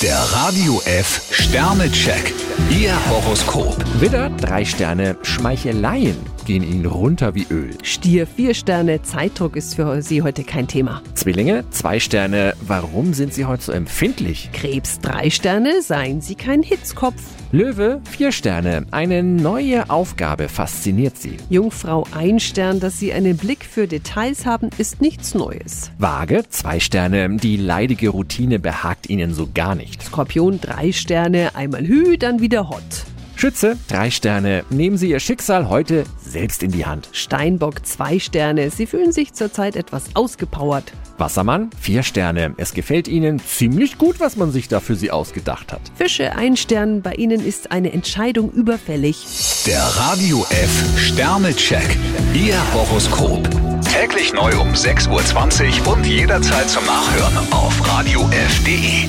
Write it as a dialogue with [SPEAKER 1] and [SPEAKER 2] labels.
[SPEAKER 1] Der Radio F Sternecheck. Ihr Horoskop.
[SPEAKER 2] Widder, drei Sterne, Schmeicheleien gehen Ihnen runter wie Öl.
[SPEAKER 3] Stier, vier Sterne, Zeitdruck ist für Sie heute kein Thema.
[SPEAKER 2] Zwillinge, zwei Sterne, warum sind Sie heute so empfindlich?
[SPEAKER 3] Krebs, drei Sterne, seien Sie kein Hitzkopf.
[SPEAKER 2] Löwe, vier Sterne, eine neue Aufgabe fasziniert Sie.
[SPEAKER 3] Jungfrau, ein Stern, dass Sie einen Blick für Details haben, ist nichts Neues.
[SPEAKER 2] Waage, zwei Sterne, die leidige Routine behagt Ihnen so gar nicht.
[SPEAKER 3] Skorpion, drei Sterne, einmal Hü, dann wieder Hot.
[SPEAKER 2] Schütze, drei Sterne, nehmen Sie Ihr Schicksal heute selbst in die Hand.
[SPEAKER 3] Steinbock, zwei Sterne, Sie fühlen sich zurzeit etwas ausgepowert.
[SPEAKER 2] Wassermann, vier Sterne, es gefällt Ihnen ziemlich gut, was man sich da für Sie ausgedacht hat.
[SPEAKER 3] Fische, ein Stern, bei Ihnen ist eine Entscheidung überfällig.
[SPEAKER 1] Der Radio F Sternecheck. Ihr Horoskop. Täglich neu um 6.20 Uhr und jederzeit zum Nachhören auf Radio E. radiof.de.